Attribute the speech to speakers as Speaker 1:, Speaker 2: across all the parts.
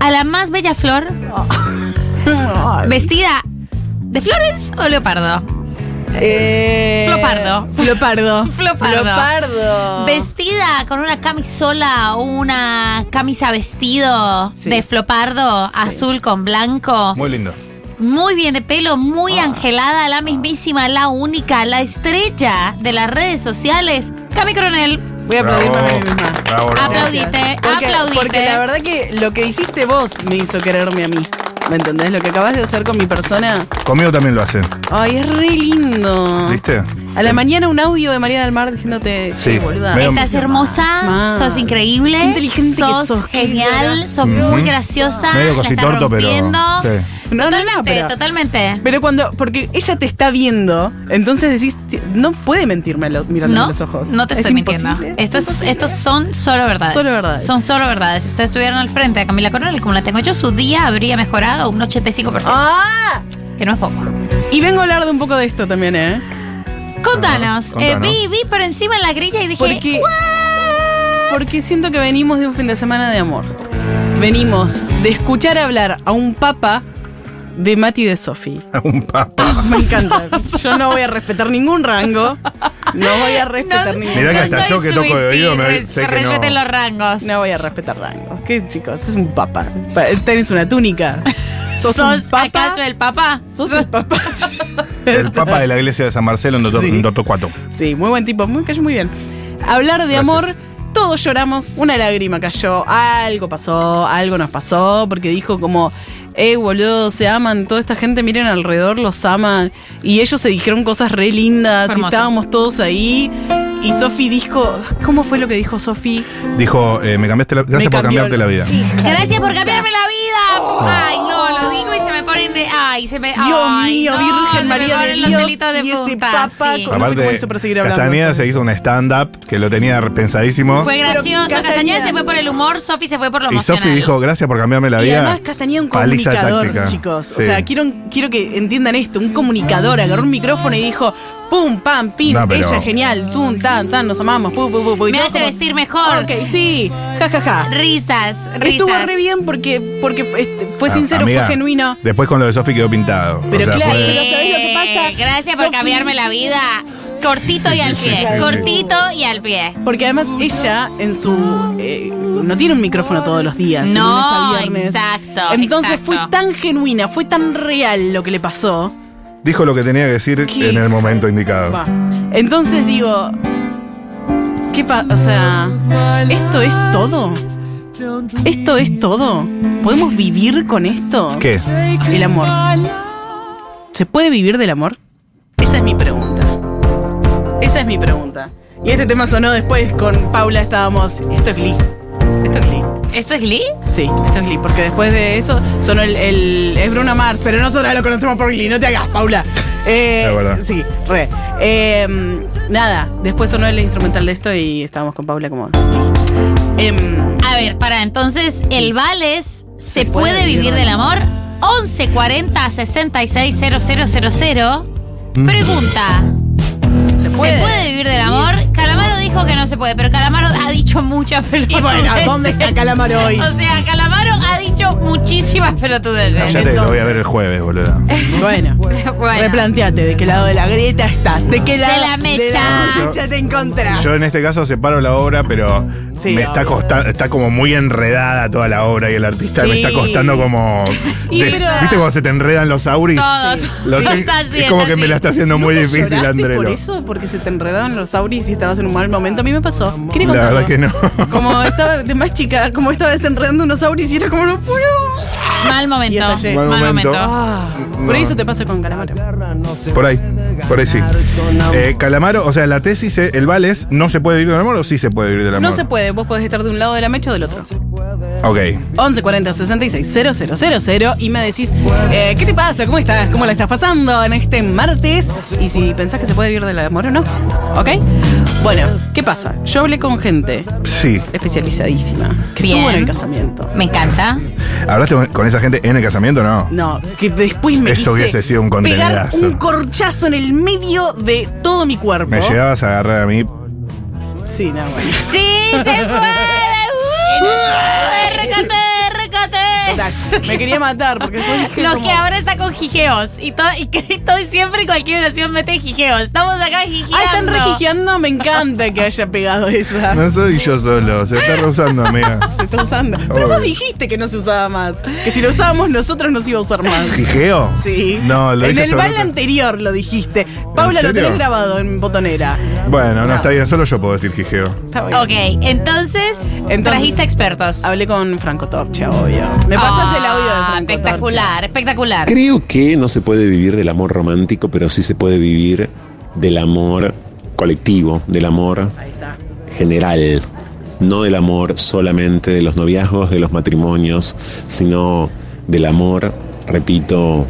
Speaker 1: a la más bella flor vestida de flores o leopardo.
Speaker 2: Eh,
Speaker 1: Flopardo.
Speaker 2: Flopardo.
Speaker 1: Flopardo.
Speaker 2: Flopardo.
Speaker 1: Vestida con una camisola o una camisa vestido
Speaker 2: Sí.
Speaker 1: de flopardo azul con blanco.
Speaker 3: Muy lindo.
Speaker 1: Muy bien de pelo, muy
Speaker 2: Ah.
Speaker 1: angelada, la mismísima, la única, la estrella de las redes sociales, Cami Coronel.
Speaker 2: Voy a aplaudirme a mí misma.
Speaker 3: Bravo, bravo.
Speaker 1: Aplaudí. Aplaudite,
Speaker 2: porque,
Speaker 1: aplaudite.
Speaker 2: Porque la verdad que lo que hiciste vos me hizo quererme a mí. ¿Me entendés? Lo que acabas de hacer con mi persona.
Speaker 3: Conmigo también lo hacen.
Speaker 2: Ay, es re lindo.
Speaker 3: ¿Viste?
Speaker 2: A la mañana un audio de María del Mar diciéndote,
Speaker 3: Sí,
Speaker 2: che, boluda.
Speaker 3: medio-
Speaker 1: Estás hermosa,
Speaker 2: Más.
Speaker 1: sos increíble,
Speaker 2: Qué inteligente que
Speaker 1: sos,
Speaker 2: sos, qué Mm.
Speaker 1: genial,
Speaker 2: graciosa.
Speaker 1: sos muy
Speaker 3: Ujú.
Speaker 1: graciosa,
Speaker 3: Medio
Speaker 1: la estás
Speaker 3: cositorto, pero.
Speaker 1: rompiendo.
Speaker 3: sí.
Speaker 2: No, no, no,
Speaker 1: Totalmente,
Speaker 2: pero-
Speaker 1: totalmente.
Speaker 2: Pero cuando, porque ella te está viendo, entonces decís, "Ti- no puede mentirme lo- mirando
Speaker 1: No,
Speaker 2: en los ojos.
Speaker 1: no te
Speaker 2: Es
Speaker 1: estoy mintiendo.
Speaker 2: imposible.
Speaker 1: Estos, estos son solo verdades.
Speaker 2: Solo verdades.
Speaker 1: Son solo verdades. Si ustedes estuvieran al frente de Camila Coronel, como la tengo yo, su día habría mejorado un 85%,
Speaker 2: ¡Ah!
Speaker 1: que no es poco.
Speaker 2: Y vengo a hablar de un poco de esto también, ¿eh?
Speaker 1: Contanos.
Speaker 3: Ah, contanos.
Speaker 1: Eh, vi, vi por encima en la grilla y dije,
Speaker 2: Porque, porque siento que venimos de un fin de semana de amor. Venimos de escuchar hablar a un papa de Mati y de Sofi.
Speaker 3: Un papa.
Speaker 2: Me encanta. Yo no voy a respetar ningún rango. No voy a respetar ningún
Speaker 3: Mirá que
Speaker 2: rango.
Speaker 3: hasta yo que toco de oído me- sé que no.
Speaker 1: respeten los rangos.
Speaker 2: No voy a respetar rango. ¿Qué chicos? Es un papa. Pa- Tenés una túnica. Sos,
Speaker 1: ¿Sos,
Speaker 2: un papa.
Speaker 1: acaso el papá?
Speaker 2: Sos el papa.
Speaker 3: El papa de la iglesia de San Marcelo en Doto-
Speaker 2: Sí.
Speaker 3: en Doto 4.
Speaker 2: Sí, muy buen tipo, muy, cayó muy bien. Hablar de
Speaker 3: Gracias.
Speaker 2: amor, todos lloramos, una lágrima cayó, algo pasó, algo nos pasó, porque dijo como, eh, boludo, se aman, toda esta gente, miren alrededor, los aman. Y ellos se dijeron cosas re lindas,
Speaker 1: Fue
Speaker 2: y
Speaker 1: hermoso.
Speaker 2: estábamos todos ahí. Y Sofi dijo, ¿cómo fue lo que dijo Sofi?
Speaker 3: Dijo, eh, me cambiaste la- gracias por
Speaker 2: cambió
Speaker 3: cambiarte
Speaker 2: el-
Speaker 3: la vida.
Speaker 1: Gracias por cambiarme la vida. Ay, no, lo digo y se me ponen de. Ay, se me.
Speaker 2: Oh. Dios
Speaker 1: ay,
Speaker 2: mío,
Speaker 1: no, se
Speaker 2: Virgen
Speaker 1: me
Speaker 2: María de
Speaker 1: ponen los
Speaker 2: Dios,
Speaker 1: pelitos de
Speaker 2: y ese
Speaker 1: punta,
Speaker 2: papa
Speaker 1: sí.
Speaker 2: con- No sé cómo hizo para seguir hablando.
Speaker 3: Castañeda se hizo un stand-up que lo tenía pensadísimo.
Speaker 1: Fue gracioso.
Speaker 2: Castañeda-
Speaker 1: Castañeda se fue por el humor, Sofi se fue por lo
Speaker 3: y
Speaker 1: emocional.
Speaker 3: Sofi dijo, gracias por cambiarme la
Speaker 2: y
Speaker 3: vida.
Speaker 2: además Castañeda un
Speaker 3: Paliza
Speaker 2: comunicador,
Speaker 3: táctica.
Speaker 2: chicos. O
Speaker 3: Sí.
Speaker 2: sea, quiero, quiero que entiendan esto. Un comunicador agarró un micrófono y dijo, pum, pam, pin,
Speaker 3: No, pero-
Speaker 2: ella genial, tum, tan, tan, nos amamos, pum, pum, pum, pum. y
Speaker 1: Me
Speaker 2: todos
Speaker 1: hace
Speaker 2: como,
Speaker 1: vestir mejor.
Speaker 2: Ok, sí, ja, ja, ja.
Speaker 1: Risas, risas.
Speaker 2: Estuvo re bien porque, porque fue- este, fue
Speaker 3: Ah,
Speaker 2: sincero,
Speaker 3: amiga,
Speaker 2: fue genuino.
Speaker 3: Después con lo de Sofi quedó pintado.
Speaker 2: Pero claro,
Speaker 3: fue-
Speaker 2: pero ¿sabés lo que pasa?
Speaker 1: Sí, Gracias por
Speaker 2: Sofi-
Speaker 1: cambiarme la vida. Cortito y al
Speaker 3: Sí, sí,
Speaker 1: pie.
Speaker 3: sí, sí.
Speaker 1: Cortito y al pie.
Speaker 2: Porque además ella en su eh, no tiene un micrófono todos los días. de
Speaker 1: No,
Speaker 2: lunes a viernes.
Speaker 1: exacto,
Speaker 2: Entonces
Speaker 1: exacto.
Speaker 2: fue tan genuina, fue tan real lo que le pasó.
Speaker 3: Dijo lo que tenía que decir
Speaker 2: ¿Qué?
Speaker 3: en el momento indicado.
Speaker 2: Va. Entonces digo, ¿qué pasa? O sea, ¿esto es todo? ¿Esto es todo? ¿Podemos vivir con esto?
Speaker 3: ¿Qué?
Speaker 2: El amor. ¿Se puede vivir del amor? Esa es mi pregunta. Esa es mi pregunta. Y este tema sonó después con Paula, estábamos, esto es Glee. Esto es Glee.
Speaker 1: ¿Esto es Glee?
Speaker 2: Sí, esto es Glee, porque después de eso sonó el, el- es Bruno Mars, pero nosotros lo conocemos por Glee, no te hagas, Paula. Eh,
Speaker 3: Es verdad.
Speaker 2: Sí, re. Eh, mm, nada, después sonó el instrumental de esto y estábamos con Paula como. em,
Speaker 1: A ver, para entonces, el vales se,
Speaker 2: Se
Speaker 1: puede,
Speaker 2: puede
Speaker 1: vivir
Speaker 2: vivir
Speaker 1: del
Speaker 2: del
Speaker 1: amor. 1140 66 000.
Speaker 3: Mm.
Speaker 1: Pregunta. ¿Se puede?
Speaker 2: puede?
Speaker 1: vivir del amor? Calamaro dijo que no se puede, pero Calamaro ha dicho muchas pelotudeces.
Speaker 2: y bueno, ¿dónde está Calamaro hoy?
Speaker 1: O sea, Calamaro ha dicho muchísimas
Speaker 3: Ya
Speaker 1: pelotudeces.
Speaker 3: te lo voy a ver el jueves, boludo.
Speaker 2: Bueno,
Speaker 1: Bueno.
Speaker 2: replanteate de qué lado de la grieta estás, de qué lado
Speaker 1: la mecha.
Speaker 2: mecha te encontrás.
Speaker 3: Yo en este caso separo la obra, pero
Speaker 2: Sí,
Speaker 3: me está
Speaker 2: obvio.
Speaker 3: costando, está como muy enredada toda la obra y el artista me
Speaker 2: Sí.
Speaker 3: está costando como.
Speaker 2: Y
Speaker 3: des-
Speaker 2: pero-
Speaker 3: ¿Viste cómo se te enredan los auris?
Speaker 1: Todo, todo.
Speaker 3: Lo
Speaker 1: Sí,
Speaker 3: ten-
Speaker 1: está así,
Speaker 3: es como
Speaker 1: está
Speaker 3: que me
Speaker 1: así.
Speaker 3: la está haciendo muy
Speaker 2: ¿Nunca
Speaker 3: difícil,
Speaker 2: lloraste por
Speaker 3: Andrelo.
Speaker 2: eso? Porque se te enredaron los auris y estabas en un mal momento. A mí me pasó. ¿Quieres
Speaker 3: La
Speaker 2: contarlo?
Speaker 3: verdad que no.
Speaker 2: Como estaba de más chica, como estaba desenredando unos auris y era como, no puedo.
Speaker 1: Mal
Speaker 2: Y
Speaker 1: momento.
Speaker 2: estallé.
Speaker 1: Mal
Speaker 3: Mal
Speaker 1: momento.
Speaker 3: momento.
Speaker 2: Ah,
Speaker 3: No.
Speaker 2: Por eso te pasa con calamaro.
Speaker 3: Por ahí, por ahí sí. Eh, Calamaro, o sea, la tesis, eh, el vale es, ¿no se puede vivir del amor o sí se puede vivir del amor?
Speaker 2: No se puede, vos podés estar de un lado de la mecha o del otro.
Speaker 3: Ok.
Speaker 2: 1140 66 000 y me decís, eh, ¿qué te pasa? ¿Cómo estás? ¿Cómo la estás pasando en este martes? Y si pensás que se puede vivir del amor o no. ¿Ok? Bueno, ¿qué pasa? Yo hablé con gente
Speaker 3: Sí.
Speaker 2: especializadísima que
Speaker 1: Bien.
Speaker 2: estuvo en el casamiento.
Speaker 1: Me encanta.
Speaker 3: ¿Hablaste con- con esa gente en el casamiento o no?
Speaker 2: No, que después me
Speaker 3: Eso
Speaker 2: hice
Speaker 3: hubiese sido un
Speaker 2: pegar
Speaker 3: contenidazo.
Speaker 2: un corchazo en el medio de todo mi cuerpo.
Speaker 3: Me llegabas a agarrar a mí.
Speaker 2: Sí, no, bueno.
Speaker 1: ¡Sí, se puede! ¡Uh! ¡Recate, recate!
Speaker 2: Me quería matar porque después dije
Speaker 1: Los
Speaker 2: como-
Speaker 1: que ahora está con jijeos. Y todo, y, que- y todo y siempre en cualquier oración mete jijeos. Estamos acá jijeando.
Speaker 2: Ah, están regigiando, me encanta que haya pegado esa.
Speaker 3: No soy yo solo, se está rehusando, amiga.
Speaker 2: Se está usando. Pero
Speaker 3: Obvio.
Speaker 2: vos dijiste que no se usaba más. Que si lo usábamos nosotros no se iba a usar más.
Speaker 3: ¿Jijeo?
Speaker 2: Sí.
Speaker 3: No, lo
Speaker 2: En
Speaker 3: dije
Speaker 2: el
Speaker 3: sobre
Speaker 2: baile
Speaker 3: otra-
Speaker 2: anterior lo dijiste. Paula, lo
Speaker 3: serio?
Speaker 2: tenés grabado en botonera.
Speaker 3: Bueno, no,
Speaker 2: No.
Speaker 3: está bien, solo yo puedo decir jijeo.
Speaker 2: Está bien.
Speaker 1: Ok, entonces,
Speaker 2: Entonces-
Speaker 1: trajiste expertos.
Speaker 2: Hablé con Franco Torcha, obvio. Me pasas el audio de
Speaker 1: Ah,
Speaker 2: Franco
Speaker 1: Espectacular, espectacular.
Speaker 4: Creo que no se puede vivir del amor romántico, pero sí se puede vivir del amor colectivo, del amor
Speaker 2: Torcha. Ahí está.
Speaker 4: general, no del amor solamente de los noviazgos, de los matrimonios, sino del amor, repito,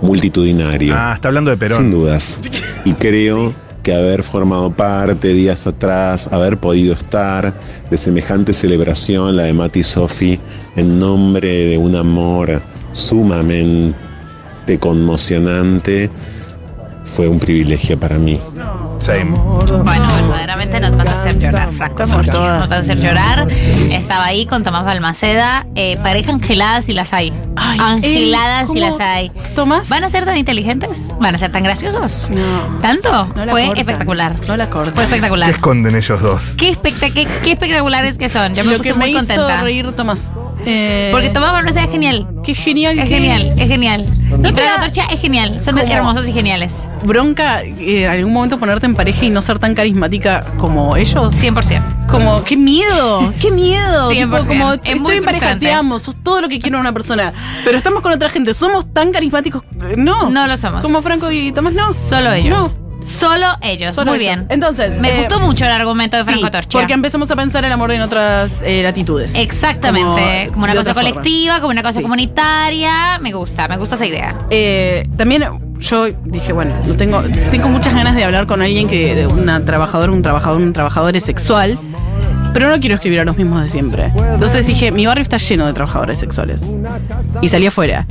Speaker 4: multitudinario.
Speaker 3: Ah, está hablando de
Speaker 4: Sin
Speaker 3: Perón.
Speaker 4: dudas. Y creo que haber formado parte días atrás, haber podido estar de semejante celebración, la de Mati y Sofi, en nombre de un amor sumamente conmocionante, fue un privilegio para mí.
Speaker 3: Same.
Speaker 1: Bueno, verdaderamente nos vas a hacer llorar, Franco.
Speaker 2: Estamos
Speaker 1: Torchia.
Speaker 2: todas.
Speaker 1: Nos vas a hacer llorar. Estaba ahí con Tomás Balmaceda. Eh, pareja angeladas y las hay.
Speaker 2: Ay,
Speaker 1: angeladas
Speaker 2: eh,
Speaker 1: y
Speaker 2: ¿cómo?
Speaker 1: las hay.
Speaker 2: ¿Tomás?
Speaker 1: ¿Van a ser tan inteligentes? ¿Van a ser tan graciosos?
Speaker 2: No.
Speaker 1: ¿Tanto?
Speaker 2: no la
Speaker 1: Fue
Speaker 2: cortan.
Speaker 1: espectacular.
Speaker 2: No la cortan.
Speaker 1: Fue
Speaker 3: ¿Qué
Speaker 1: espectacular.
Speaker 3: esconden ellos dos?
Speaker 1: Qué, espectac- qué- qué espectaculares que son. Yo me
Speaker 2: Lo
Speaker 1: puse
Speaker 2: que
Speaker 1: muy
Speaker 2: me
Speaker 1: contenta.
Speaker 2: hizo reír Tomás. Eh,
Speaker 1: Porque Tomás Balmaceda es genial.
Speaker 2: Qué genial.
Speaker 1: Es
Speaker 2: que-
Speaker 1: genial, es genial.
Speaker 2: ¿No
Speaker 1: Y
Speaker 2: te
Speaker 1: Franco
Speaker 2: da-
Speaker 1: Torcha es genial. Son
Speaker 2: ¿Cómo?
Speaker 1: hermosos y geniales.
Speaker 2: Bronca, eh, en algún momento ponerte en pareja y no ser tan carismática como ellos.
Speaker 1: 100%.
Speaker 2: Como, qué miedo, qué miedo.
Speaker 1: 100%.
Speaker 2: Tipo, como,
Speaker 1: Es muy
Speaker 2: estoy en pareja,
Speaker 1: frustrante.
Speaker 2: te amo, sos todo lo que quiero una persona. Pero estamos con otra gente, somos tan carismáticos. Eh, No.
Speaker 1: No lo somos.
Speaker 2: Como Franco y Tomás, no.
Speaker 1: Solo ellos. Solo ellos.
Speaker 2: No, solo
Speaker 1: Muy
Speaker 2: ellos.
Speaker 1: bien.
Speaker 2: Entonces.
Speaker 1: Me
Speaker 2: eh,
Speaker 1: gustó mucho el argumento de Franco
Speaker 2: sí,
Speaker 1: Torcha.
Speaker 2: Porque empezamos a pensar el amor en otras eh, latitudes.
Speaker 1: Exactamente. Como,
Speaker 2: Como
Speaker 1: una
Speaker 2: de
Speaker 1: cosa
Speaker 2: otra forma.
Speaker 1: colectiva, como una cosa
Speaker 2: Sí.
Speaker 1: comunitaria. Me gusta, me gusta esa idea.
Speaker 2: Eh, también yo dije, bueno, no tengo, tengo muchas ganas de hablar con alguien que de una trabajadora, un trabajador, un trabajador es sexual, pero no quiero escribir a los mismos de siempre. Entonces dije, mi barrio está lleno de trabajadores sexuales. Y salí afuera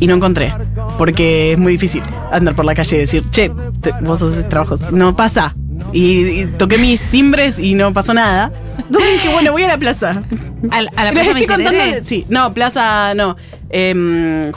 Speaker 2: y no encontré, porque es muy difícil andar por la calle y decir, che, te- vos haces trabajos. No pasa. Y, y toqué mis timbres y no pasó nada. Entonces dije, bueno, voy a la plaza.
Speaker 1: A, la- a la
Speaker 2: Les
Speaker 1: próxima
Speaker 2: estoy contando.
Speaker 1: Miserere.
Speaker 2: Sí, no, plaza, no. Eh,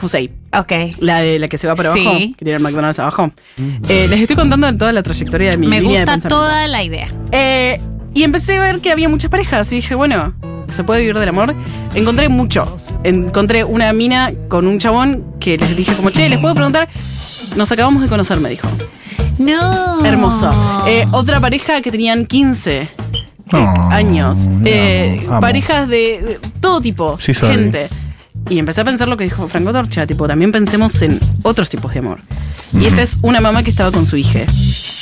Speaker 1: Ok.
Speaker 2: la de la que se va para
Speaker 1: Sí.
Speaker 2: abajo, que tiene el McDonald's abajo. Eh, les estoy contando toda la trayectoria de mi
Speaker 1: Me
Speaker 2: línea de
Speaker 1: gusta
Speaker 2: pensamiento.
Speaker 1: toda la idea.
Speaker 2: Eh, y empecé a ver que había muchas parejas y dije, bueno, se puede vivir del amor. Encontré mucho. Encontré una mina con un chabón que les dije como, che, les puedo preguntar. Nos acabamos de conocer, me dijo.
Speaker 1: No.
Speaker 2: Hermoso.
Speaker 3: Ah.
Speaker 2: Eh, otra pareja que tenían 15
Speaker 3: No,
Speaker 2: años.
Speaker 3: no,
Speaker 2: Eh,
Speaker 3: amo.
Speaker 2: parejas de, de todo tipo,
Speaker 3: Sí, sorry.
Speaker 2: gente. Y empecé a pensar lo que dijo Franco Torcha, tipo, también pensemos en otros tipos de amor. Y esta es una mamá que estaba con su hija.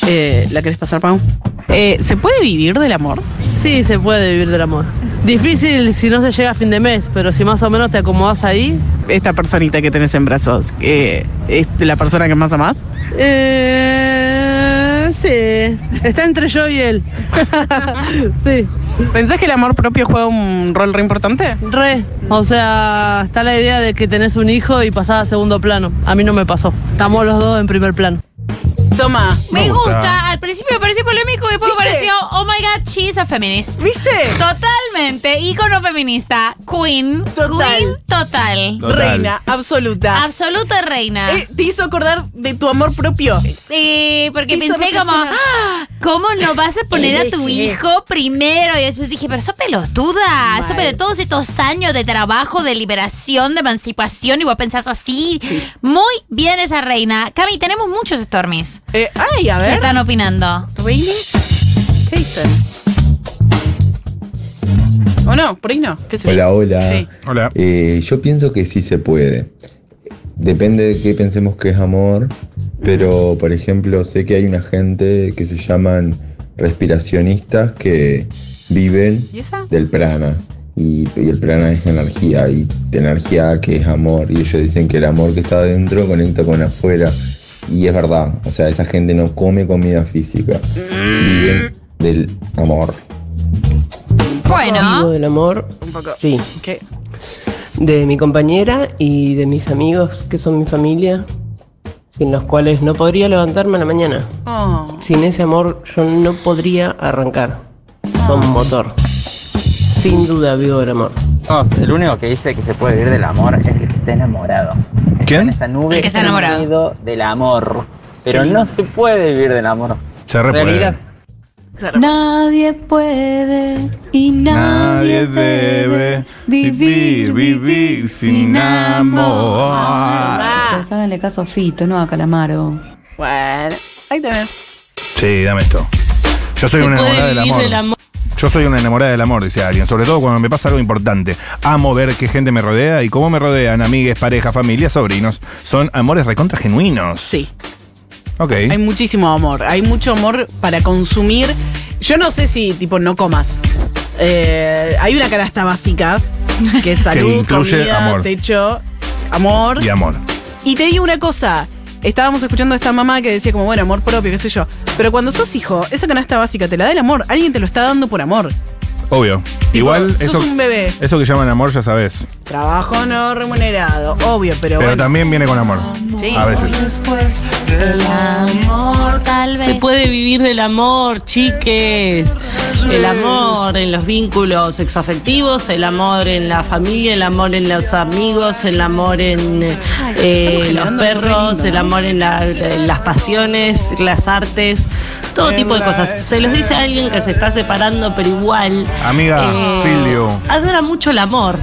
Speaker 2: Eh, ¿La querés pasar, Pau? Eh, ¿Se puede vivir del amor?
Speaker 5: Sí, se puede vivir del amor. Difícil si no se llega a fin de mes, pero si más o menos te acomodas ahí,
Speaker 2: Esta personita que tenés en brazos, eh, ¿es la persona que más amás?
Speaker 5: eh, sí, está entre yo y él. sí,
Speaker 2: ¿Pensás que el amor propio juega un rol re importante?
Speaker 5: re. O sea, está la idea de que tenés un hijo y pasás a segundo plano. A mí no me pasó. Estamos los dos en primer plano.
Speaker 2: Toma.
Speaker 1: Me
Speaker 3: Me gusta.
Speaker 1: gusta. Al principio me pareció polémico y después me
Speaker 2: ¿Viste?
Speaker 1: pareció, oh my god, she's a feminist.
Speaker 2: ¿Viste?
Speaker 1: Totalmente. Ícono feminista. Queen.
Speaker 2: Total.
Speaker 1: Queen total.
Speaker 3: Total.
Speaker 2: Reina, absoluta.
Speaker 1: Absoluta reina.
Speaker 2: Eh, te hizo acordar de tu amor propio.
Speaker 1: Eh, porque
Speaker 2: Hizo
Speaker 1: pensé como,
Speaker 2: reflexionar.
Speaker 1: "Ah, ¿cómo no vas a poner a tu hijo primero? Y después dije, pero sos pelotuda.
Speaker 2: Mal.
Speaker 1: Eso, pero todos estos años de trabajo, de liberación, de emancipación, y vos pensás así. Muy bien esa reina. Cami, tenemos muchos Stormies
Speaker 2: Eh, ay, a
Speaker 1: que
Speaker 2: ver.
Speaker 1: están opinando.
Speaker 2: ¿Qué dicen? ¿O no? Por ahí no. ¿Qué sé yo?
Speaker 6: Hola, hola.
Speaker 2: Sí.
Speaker 3: Hola.
Speaker 6: Eh, yo pienso que sí se puede. Depende de qué pensemos que es amor, pero por ejemplo sé que hay una gente que se llaman respiracionistas que viven
Speaker 2: ¿Y esa?
Speaker 6: del prana. Y, y el prana es energía, y de energía que es amor. Y ellos dicen que el amor que está adentro conecta con afuera. Y es verdad, o sea, esa gente no come comida física,
Speaker 2: Mm.
Speaker 6: viven del amor.
Speaker 7: amigo
Speaker 1: Bueno,
Speaker 7: del amor,
Speaker 2: Ah. Un poco.
Speaker 7: sí,
Speaker 2: ¿Qué?
Speaker 7: de mi compañera y de mis amigos que son mi familia, sin los cuales no podría levantarme a la mañana.
Speaker 2: Oh.
Speaker 7: Sin ese amor yo no podría arrancar. Son motor. Sin duda vivo del amor.
Speaker 8: Chicos, el único que dice que se puede vivir del amor es el que está enamorado. Está
Speaker 3: ¿Quién?
Speaker 8: en esa nube
Speaker 1: El que está enamorado.
Speaker 8: unido del amor. Pero no se puede vivir del amor.
Speaker 3: Se re puede.
Speaker 8: Realidad.
Speaker 9: Nadie puede y nadie,
Speaker 3: Nadie debe vivir, vivir sin amor.
Speaker 9: Pues háganle caso a Fito, no a Calamaro.
Speaker 2: Bueno, ahí tenés.
Speaker 3: Sí, dame esto. Yo soy una enamorada del amor. Yo soy una enamorada del amor, dice alguien. Sobre todo cuando me pasa algo importante. Amo ver qué gente me rodea y cómo me rodean. Amigues, parejas, familias, sobrinos. Son amores recontra genuinos.
Speaker 2: Sí.
Speaker 3: Ok.
Speaker 2: Hay muchísimo amor, hay mucho amor para consumir. Yo no sé si, tipo, no comas. Eh, hay una canasta básica que es salud,
Speaker 3: incluye
Speaker 2: comida,
Speaker 3: amor.
Speaker 2: techo, amor.
Speaker 3: Y amor.
Speaker 2: Y te digo una cosa. Estábamos escuchando a esta mamá que decía como, bueno, amor propio, qué sé yo. Pero cuando sos hijo, esa canasta básica te la da el amor. Alguien te lo está dando por amor.
Speaker 3: Obvio. Igual,
Speaker 2: sos
Speaker 3: eso,
Speaker 2: un bebé.
Speaker 3: eso que llaman amor, ya sabes.
Speaker 2: Trabajo no remunerado, obvio, pero,
Speaker 3: Pero
Speaker 2: bueno.
Speaker 3: también viene con amor.
Speaker 2: Sí.
Speaker 3: A veces.
Speaker 1: Tal vez.
Speaker 5: Se puede vivir del amor, chiques. El amor en los vínculos sexoafectivos, el amor en la familia, el amor en los amigos, el amor en eh, los
Speaker 2: generando algo
Speaker 5: perros,
Speaker 2: lindo,
Speaker 5: el
Speaker 2: ¿no?
Speaker 5: amor en, la- en las pasiones, las artes, todo tipo de cosas. Se los dice a alguien que se está separando, pero igual.
Speaker 3: Amiga,
Speaker 2: Eh.
Speaker 3: Filio.
Speaker 5: Adora mucho el amor.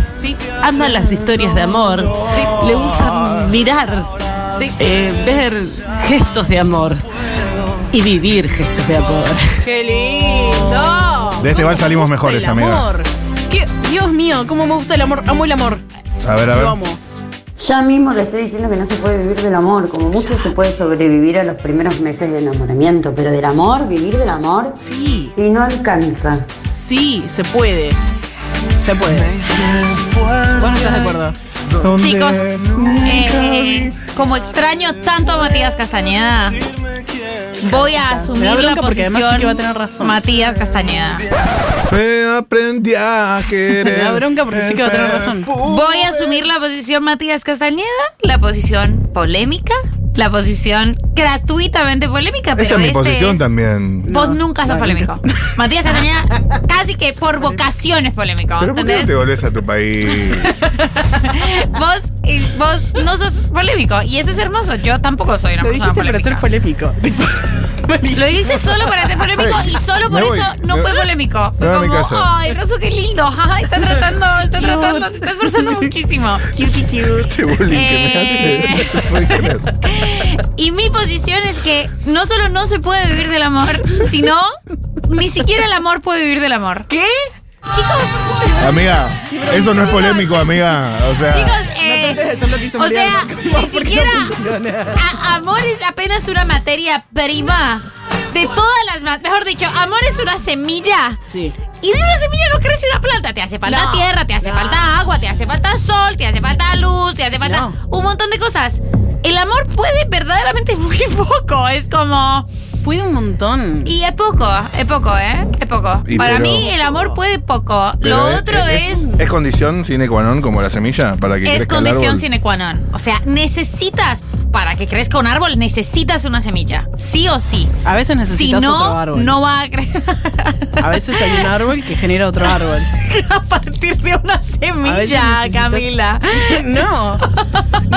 Speaker 5: Ama las historias de amor. Le gusta mirar, eh, ver gestos de amor y vivir gestos de amor.
Speaker 2: ¡Qué lindo!
Speaker 3: De este
Speaker 2: ¿Cómo
Speaker 3: bal salimos
Speaker 2: me gusta
Speaker 3: mejores,
Speaker 2: el
Speaker 3: amiga.
Speaker 2: amor? ¿Qué? Dios mío, cómo me gusta el amor. Amo el amor.
Speaker 3: A ver, a ver.
Speaker 2: Lo amo.
Speaker 10: Ya mismo le estoy diciendo que no se puede vivir del amor, como mucho se puede sobrevivir a los primeros meses de enamoramiento, pero del amor, vivir del amor,
Speaker 2: Sí,
Speaker 10: si no alcanza.
Speaker 2: sí, se puede. Se puede. Vos no estás de acuerdo.
Speaker 1: Chicos, eh, como extraño tanto a Matías Castañeda, voy a
Speaker 2: Me da
Speaker 1: asumir la
Speaker 2: bronca porque además sí
Speaker 1: posición
Speaker 2: que va a tener razón.
Speaker 1: Matías Castañeda.
Speaker 3: Me aprendí a querer.
Speaker 2: Me da bronca porque sí que va a tener razón.
Speaker 1: Voy a asumir la posición Matías Castañeda, la posición polémica, la posición gratuitamente polémica, pero
Speaker 3: Esa es mi
Speaker 1: este
Speaker 3: posición
Speaker 1: es-
Speaker 3: también.
Speaker 1: Vos
Speaker 2: No,
Speaker 1: nunca sos
Speaker 2: no,
Speaker 1: polémico. Matías Castañeda casi que por vocación es polémico,
Speaker 3: Pero ¿por qué no te
Speaker 1: ¿entendés?
Speaker 3: volvés a tu país?
Speaker 1: Vos, eh, vos no sos polémico y eso es hermoso. Yo tampoco soy una
Speaker 2: Lo
Speaker 1: persona
Speaker 2: dijiste para
Speaker 1: polémica.
Speaker 2: ser polémico.
Speaker 1: Lo hiciste solo para ser polémico y solo por
Speaker 3: Me voy.
Speaker 1: eso no
Speaker 3: Me-
Speaker 1: fue polémico. Fue
Speaker 3: Me voy a mi
Speaker 1: como,
Speaker 3: casa.
Speaker 1: ay, Rosso, qué lindo. Ay, está tratando, está tratando, se está esforzando muchísimo.
Speaker 2: Cutie, cute.
Speaker 3: Qué bullying
Speaker 1: Eh.
Speaker 3: que me hace.
Speaker 1: Y mi posición es que no solo no se puede vivir del amor, sino ni siquiera el amor puede vivir del amor.
Speaker 2: ¿Qué?
Speaker 1: Chicos,
Speaker 3: Amiga, eso no es polémico, amiga. O sea,
Speaker 1: chicos, eh,
Speaker 2: trates de hacer lo que hizo
Speaker 1: o sea,
Speaker 2: Mariana.
Speaker 1: ni
Speaker 2: Porque no
Speaker 1: siquiera
Speaker 2: funciona.
Speaker 1: a- amor es apenas una materia prima de todas las, ma- mejor dicho, amor es una semilla.
Speaker 2: Sí.
Speaker 1: Y de una semilla no crece una planta. Te hace falta
Speaker 2: No,
Speaker 1: tierra, te hace
Speaker 2: no.
Speaker 1: falta agua, te hace falta sol, te hace falta luz, te hace falta
Speaker 2: No.
Speaker 1: un montón de cosas. El amor puede verdaderamente muy poco. Es como.
Speaker 2: Puede un montón.
Speaker 1: Y es poco, es poco, ¿eh? Es poco.
Speaker 3: Y
Speaker 1: Para
Speaker 3: pero-
Speaker 1: mí el amor puede poco. Lo
Speaker 3: pero es-
Speaker 1: otro es.
Speaker 3: es. condición sine qua non como la semilla para que
Speaker 1: Es
Speaker 3: crezca el
Speaker 1: condición
Speaker 3: árbol?
Speaker 1: sine qua non. O sea, necesitas, para que crezca un árbol, necesitas una semilla. Sí o sí.
Speaker 2: A
Speaker 1: Si
Speaker 2: veces necesitas otro
Speaker 1: no,
Speaker 2: árbol.
Speaker 1: no va a crecer
Speaker 2: A veces hay un árbol que genera otro árbol.
Speaker 1: a partir de una
Speaker 2: A veces
Speaker 1: semilla,
Speaker 2: necesitas-
Speaker 1: Camila.
Speaker 2: No,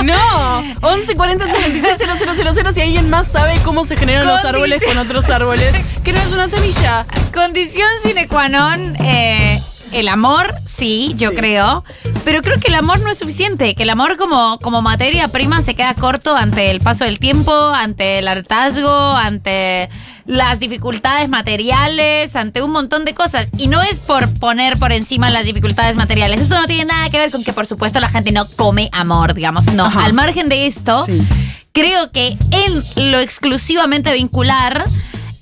Speaker 2: no. 11 40 56 000 si alguien más sabe cómo se generan los
Speaker 1: Condición-
Speaker 2: árboles con otros árboles, que no es una semilla.
Speaker 1: Condición sine qua non, eh, el amor, sí, yo creo. Pero creo que el amor no es suficiente, que el amor como, como materia prima se queda corto ante el paso del tiempo, ante el hartazgo, ante las dificultades materiales, ante un montón de cosas. Y no es por poner por encima las dificultades materiales. Esto no tiene nada que ver con que, por supuesto, la gente no come amor, digamos. No,
Speaker 2: Ajá.
Speaker 1: al margen de esto,
Speaker 2: Sí.
Speaker 1: creo que en lo exclusivamente vincular,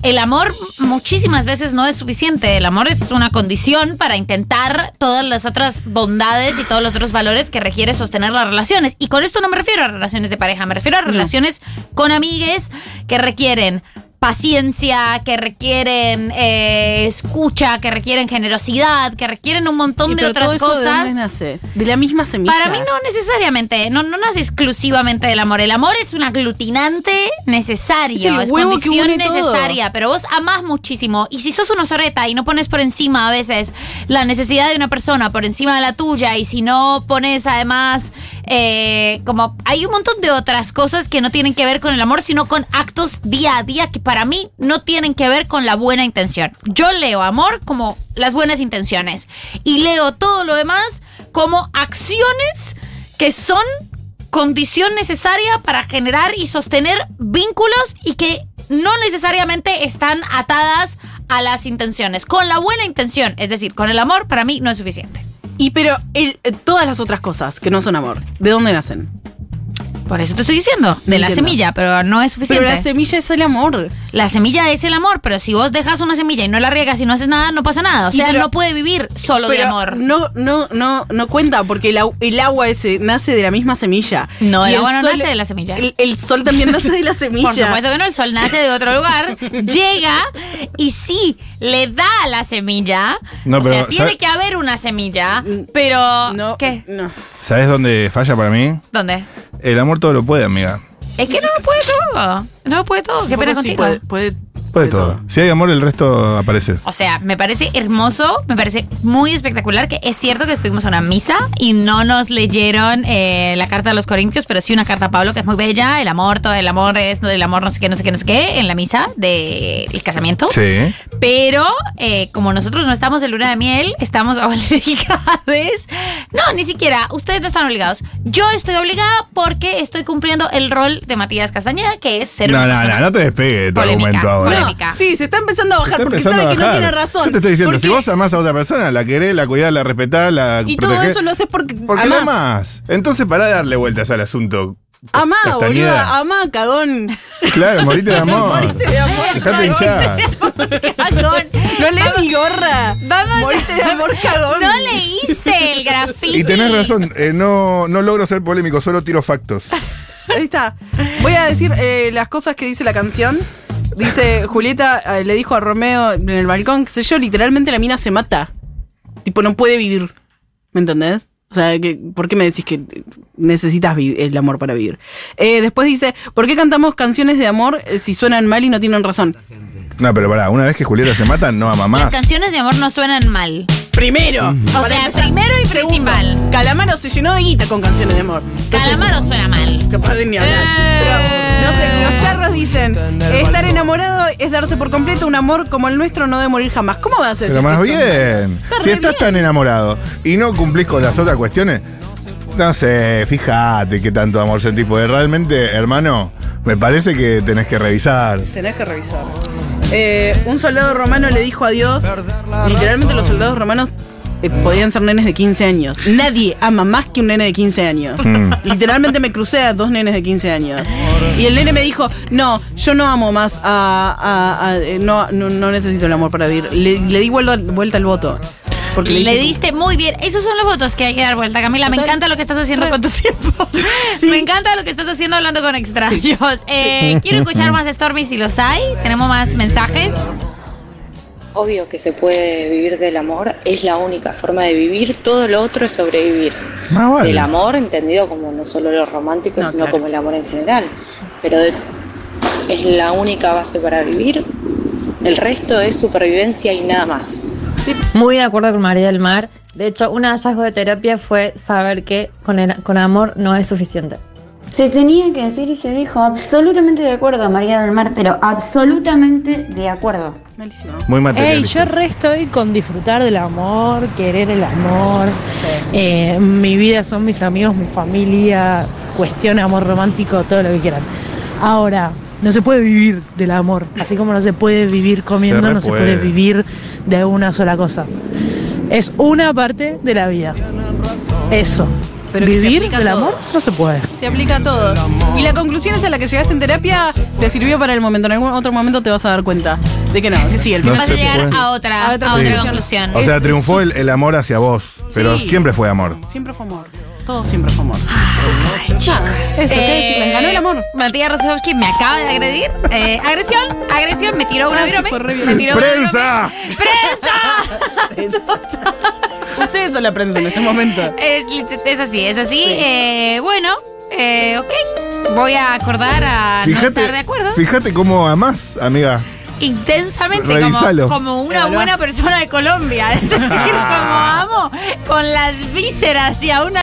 Speaker 1: el amor muchísimas veces no es suficiente. El amor es una condición para intentar todas las otras bondades y todos los otros valores que requiere sostener las relaciones. Y con esto no me refiero a relaciones de pareja, me refiero a relaciones con amigues que requieren paciencia, que requieren eh, escucha, que requieren generosidad, que requieren un montón
Speaker 2: Y
Speaker 1: de
Speaker 2: pero
Speaker 1: otras
Speaker 2: todo eso, ¿de dónde
Speaker 1: cosas.
Speaker 2: nace? De la misma semilla.
Speaker 1: Para mí no necesariamente, no, no nace exclusivamente del amor. El amor es un aglutinante necesario,
Speaker 2: Es
Speaker 1: es,
Speaker 2: el huevo que
Speaker 1: condición
Speaker 2: une todo.
Speaker 1: necesaria, pero vos amás muchísimo. Y si sos una soreta y no pones por encima a veces la necesidad de una persona por encima de la tuya, y si no pones además eh, como hay un montón de otras cosas que no tienen que ver con el amor, sino con actos día a día que para mí no tienen que ver con la buena intención. Yo leo amor como las buenas intenciones y leo todo lo demás como acciones que son condición necesaria para generar y sostener vínculos y que no necesariamente están atadas a las intenciones. Con la buena intención, es decir, con el amor, para mí no es suficiente.
Speaker 2: Y pero el- eh, todas las otras cosas que no son amor, ¿de dónde nacen?
Speaker 1: Por eso te estoy diciendo, de la
Speaker 2: Entiendo.
Speaker 1: semilla, pero no es
Speaker 2: Pero
Speaker 1: suficiente.
Speaker 2: la semilla es el amor.
Speaker 1: La semilla es el amor, pero si vos dejas una semilla y no la riegas y no haces nada, no pasa nada. O
Speaker 2: Y
Speaker 1: sea,
Speaker 2: pero-
Speaker 1: no puede vivir solo de
Speaker 2: Pero
Speaker 1: amor.
Speaker 2: No, no, no, no cuenta, porque el, au- el agua ese nace de la misma semilla.
Speaker 1: No, el
Speaker 2: Y
Speaker 1: agua no nace de la semilla.
Speaker 2: El, el sol también nace de la semilla.
Speaker 1: Por supuesto que no, el sol nace de otro lugar, llega y sí, le da a la semilla.
Speaker 3: No,
Speaker 1: o sea,
Speaker 3: pero,
Speaker 1: tiene
Speaker 3: ¿sabe-
Speaker 1: que haber una semilla, pero...
Speaker 2: Mm, No,
Speaker 1: ¿Qué?
Speaker 2: No.
Speaker 3: ¿Sabes dónde falla para mí?
Speaker 1: ¿Dónde?
Speaker 3: El amor todo lo puede, amiga.
Speaker 1: Es que no lo puede todo. No lo puede todo. ¿Qué pena
Speaker 2: Tampoco sí
Speaker 1: contigo?
Speaker 2: puede, puede-
Speaker 3: Puede
Speaker 2: puede
Speaker 3: todo. Si hay amor, el resto aparece.
Speaker 1: O sea, me parece hermoso, me parece muy espectacular que es cierto que estuvimos a una misa y no nos leyeron eh, la carta de los Corintios, pero sí una carta a Pablo que es muy bella, el amor, todo el amor es, el amor no sé qué, no sé qué, no sé qué, en la misa del casamiento.
Speaker 3: Sí.
Speaker 1: Pero eh, como nosotros no estamos de luna de miel, estamos obligados. No, ni siquiera. Ustedes no están obligados. Yo estoy obligada porque estoy cumpliendo el rol de Matías Castañeda, que es ser
Speaker 3: No,
Speaker 1: una
Speaker 3: no,
Speaker 1: persona-
Speaker 3: no, no te despegue de tu
Speaker 1: Polémica,
Speaker 3: argumento ahora.
Speaker 1: polémica.
Speaker 2: No, sí, se está empezando a bajar
Speaker 3: Está
Speaker 2: porque
Speaker 3: empezando
Speaker 2: sabe
Speaker 3: a
Speaker 2: que no
Speaker 3: bajar.
Speaker 2: tiene razón.
Speaker 3: Yo te estoy diciendo, si
Speaker 2: Porque-
Speaker 3: vos amás a otra persona, la querés, la cuidás, la respetás, la
Speaker 2: Y todo
Speaker 3: protegés.
Speaker 2: eso lo haces porque
Speaker 3: ¿Por qué
Speaker 2: amás.
Speaker 3: la amás? Entonces, para darle vueltas al asunto.
Speaker 2: Amá,
Speaker 3: Castañeda.
Speaker 2: boluda, amá, cagón.
Speaker 3: Claro, morite de amor.
Speaker 2: Moriste de amor,
Speaker 3: Dejate
Speaker 2: cagón.
Speaker 3: hinchar.
Speaker 1: Cagón.
Speaker 2: No lees mi gorra.
Speaker 1: Vamos
Speaker 2: Moriste de amor, cagón.
Speaker 1: No leíste el grafiti.
Speaker 3: Y tenés razón, eh, no, no logro ser polémico, solo tiro factos.
Speaker 2: Ahí está. Voy a decir eh, las cosas que dice la canción. Dice, Julieta eh, le dijo a Romeo en el balcón, qué sé yo, literalmente la mina se mata. Tipo, no puede vivir. ¿Me entendés? O sea, que- ¿por qué me decís que eh, necesitas vi- el amor para vivir? Eh, después dice, ¿por qué cantamos canciones de amor eh, si suenan mal y no tienen razón?
Speaker 3: No, pero pará, una vez que Julieta se mata, no ama
Speaker 1: Las
Speaker 3: más.
Speaker 1: canciones de amor no suenan mal.
Speaker 2: Primero.
Speaker 1: O sea, primero y principal.
Speaker 2: Calamaro se llenó de guita con canciones de amor.
Speaker 1: Calamaro suena mal.
Speaker 2: Capaz de ni hablar. Pero, no sé, los charros dicen, estar enamorado es darse por completo un amor como el nuestro no de morir jamás. ¿Cómo vas a decir
Speaker 3: Pero más
Speaker 2: que son-
Speaker 3: bien, si
Speaker 2: re
Speaker 3: estás tan enamorado y no cumplís con las otras cuestiones, no sé, fíjate qué tanto amor sentís, porque realmente, hermano, me parece que tenés que revisar.
Speaker 2: Tenés que revisar. Eh, un soldado romano le dijo adiós. Literalmente los soldados romanos eh, podían ser nenes de 15 años. Nadie ama más que un nene de 15 años.
Speaker 3: Mm.
Speaker 2: Literalmente me crucé a dos nenes de 15 años. Y el nene me dijo, no, yo no amo más a... a- a- eh, no, no, no necesito el amor para vivir. Le, le di vuelta, vuelta al voto. Porque le,
Speaker 1: Le
Speaker 2: dije,
Speaker 1: diste muy bien. Esos son los votos que hay que dar vuelta, Camila. Me encanta lo que estás haciendo con tu tiempo. Me encanta lo que estás haciendo hablando con extraños. Eh, quiero escuchar más Stormy si los hay. Tenemos más mensajes.
Speaker 11: Obvio que se puede vivir del amor, es la única forma de vivir, todo lo otro es sobrevivir.
Speaker 3: Más Ah, vale.
Speaker 11: Del amor entendido como no solo lo romántico,
Speaker 2: No,
Speaker 11: sino
Speaker 2: claro.
Speaker 11: como el amor en general. Pero de- es la única base para vivir, el resto es supervivencia y nada más.
Speaker 12: Muy de acuerdo con María del Mar. De hecho, un hallazgo de terapia fue saber que con, el- con amor no es suficiente.
Speaker 10: Se tenía que decir y se dijo, absolutamente de acuerdo, María del Mar, pero absolutamente de acuerdo.
Speaker 2: Malísimo.
Speaker 3: Muy materialista.
Speaker 5: estoy con disfrutar del amor, querer el amor. Eh, mi vida son mis amigos, mi familia, cuestión amor romántico, todo lo que quieran. Ahora, no se puede vivir del amor, así como no se puede vivir comiendo,
Speaker 3: re
Speaker 5: no se
Speaker 3: puede.
Speaker 5: puede vivir de una sola cosa. Es una parte de la vida. Eso.
Speaker 2: Pero que se
Speaker 5: vivir
Speaker 2: aplica a
Speaker 5: del
Speaker 2: todo.
Speaker 5: amor no se puede.
Speaker 2: Se aplica a todo. Y la conclusión es a la que llegaste en terapia te sirvió para el momento. En algún otro momento te vas a dar cuenta de que no, que sí, el
Speaker 3: No
Speaker 1: Vas
Speaker 2: final
Speaker 3: se
Speaker 1: a llegar
Speaker 3: puede.
Speaker 1: a otra,
Speaker 2: A
Speaker 1: a
Speaker 2: otra
Speaker 1: otra,
Speaker 3: conclusión.
Speaker 1: conclusión.
Speaker 3: O sea, triunfó el, el amor hacia vos, pero
Speaker 2: Sí.
Speaker 3: siempre fue amor.
Speaker 2: siempre fue amor. Todo siempre fue amor. Ay,
Speaker 1: chicas.
Speaker 2: Eso, ¿qué
Speaker 1: Eh,
Speaker 2: decirles? Ganó el amor.
Speaker 1: Matías Rozovsky me acaba de agredir. Eh, agresión, agresión, me tiró un
Speaker 2: Ah, sí,
Speaker 1: virome,
Speaker 2: fue re
Speaker 1: Me
Speaker 2: virome.
Speaker 1: tiró un
Speaker 2: ¡Prensa!
Speaker 1: virome. ¡Prensa!
Speaker 2: Ustedes son la prensa en este momento.
Speaker 1: Es, lit- es así, es así. Eh, bueno, eh, ok. Voy a acordar a Ah, no estar de acuerdo.
Speaker 3: fíjate cómo amás, amiga.
Speaker 1: Intensamente, como,
Speaker 3: Revisalo.
Speaker 1: como una
Speaker 3: Evaluá.
Speaker 1: buena persona de Colombia. Es decir, como amo, con las vísceras y a una